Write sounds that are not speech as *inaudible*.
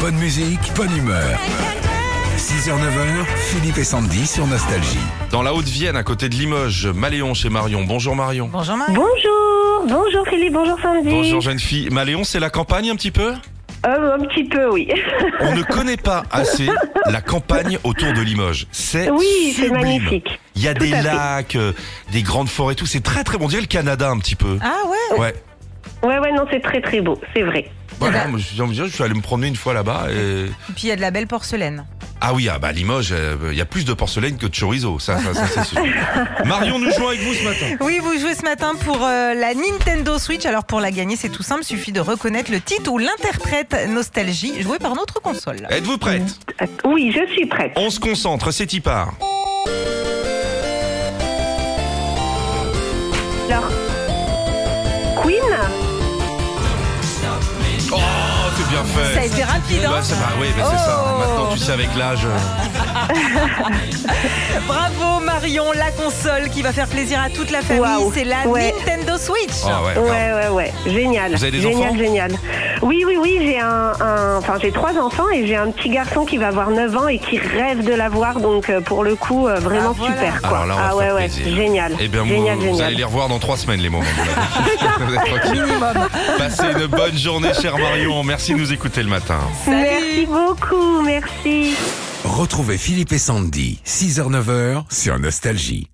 Bonne musique, bonne humeur. 6h, 9h, Philippe et Sandy sur Nostalgie. Dans la Haute-Vienne, à côté de Limoges, Maléon chez Marion. Bonjour Marion. Bonjour Marie. Bonjour, bonjour Philippe, bonjour Sandy. Bonjour jeune fille. Maléon, c'est la campagne un petit peu Euh, un petit peu, oui. On ne connaît pas assez la campagne autour de Limoges. C'est *laughs* Oui, c'est sublime. magnifique. Il y a des à fait. lacs, euh, des grandes forêts, et tout. C'est très très bon. On dirait le Canada un petit peu. Ah ouais Ouais. Eh Ouais, ouais, non, c'est très très beau, c'est vrai. ben. Voilà, moi, j'ai envie de dire, je suis allé me promener une fois là-bas. et- Et puis il y a de la belle porcelaine. Ah oui, ah bah Limoges, euh, il y a plus de porcelaine que de chorizo. Ça, ça, ça, c'est *laughs* sûr. Marion, nous jouons avec vous ce matin. *laughs* Oui, vous jouez ce matin pour euh, la Nintendo Switch. Alors pour la gagner, c'est tout simple, suffit de reconnaître le titre ou l'interprète Nostalgie joué par notre console. Êtes-vous prête Euh, Oui, je suis prête. On se concentre, c'est y part. Alors, Queen Oh, c'est bien fait. Ça a été rapide, hein Bah, c'est- bah oui, mais c'est ça. Oh. Maintenant, tu sais, avec l'âge. euh, Bravo Marion, la console qui va faire plaisir à toute la famille, Waouh. c'est la Ouais. Nintendo Switch. ah ouais, grave. Ouais, ouais, ouais, génial. Vous avez des génial, enfants génial. Oui, oui, oui, j'ai un, un- enfin j'ai trois enfants et j'ai un petit garçon qui va avoir 9 ans et qui rêve de l'avoir, donc euh, pour le coup, euh, vraiment Ah, voilà. super quoi. Alors là, on va ah faire ouais, ouais, plaisir. génial. Eh bien, vous, génial, vous génial. allez les revoir dans trois semaines, les moments. *laughs* vous êtes tranquille. Passez une bonne journée, cher Marion. Merci de nous écouter le matin. Salut. Merci beaucoup, merci. Retrouvez Philippe et Sandy, 6h, 9h sur Nostalgie.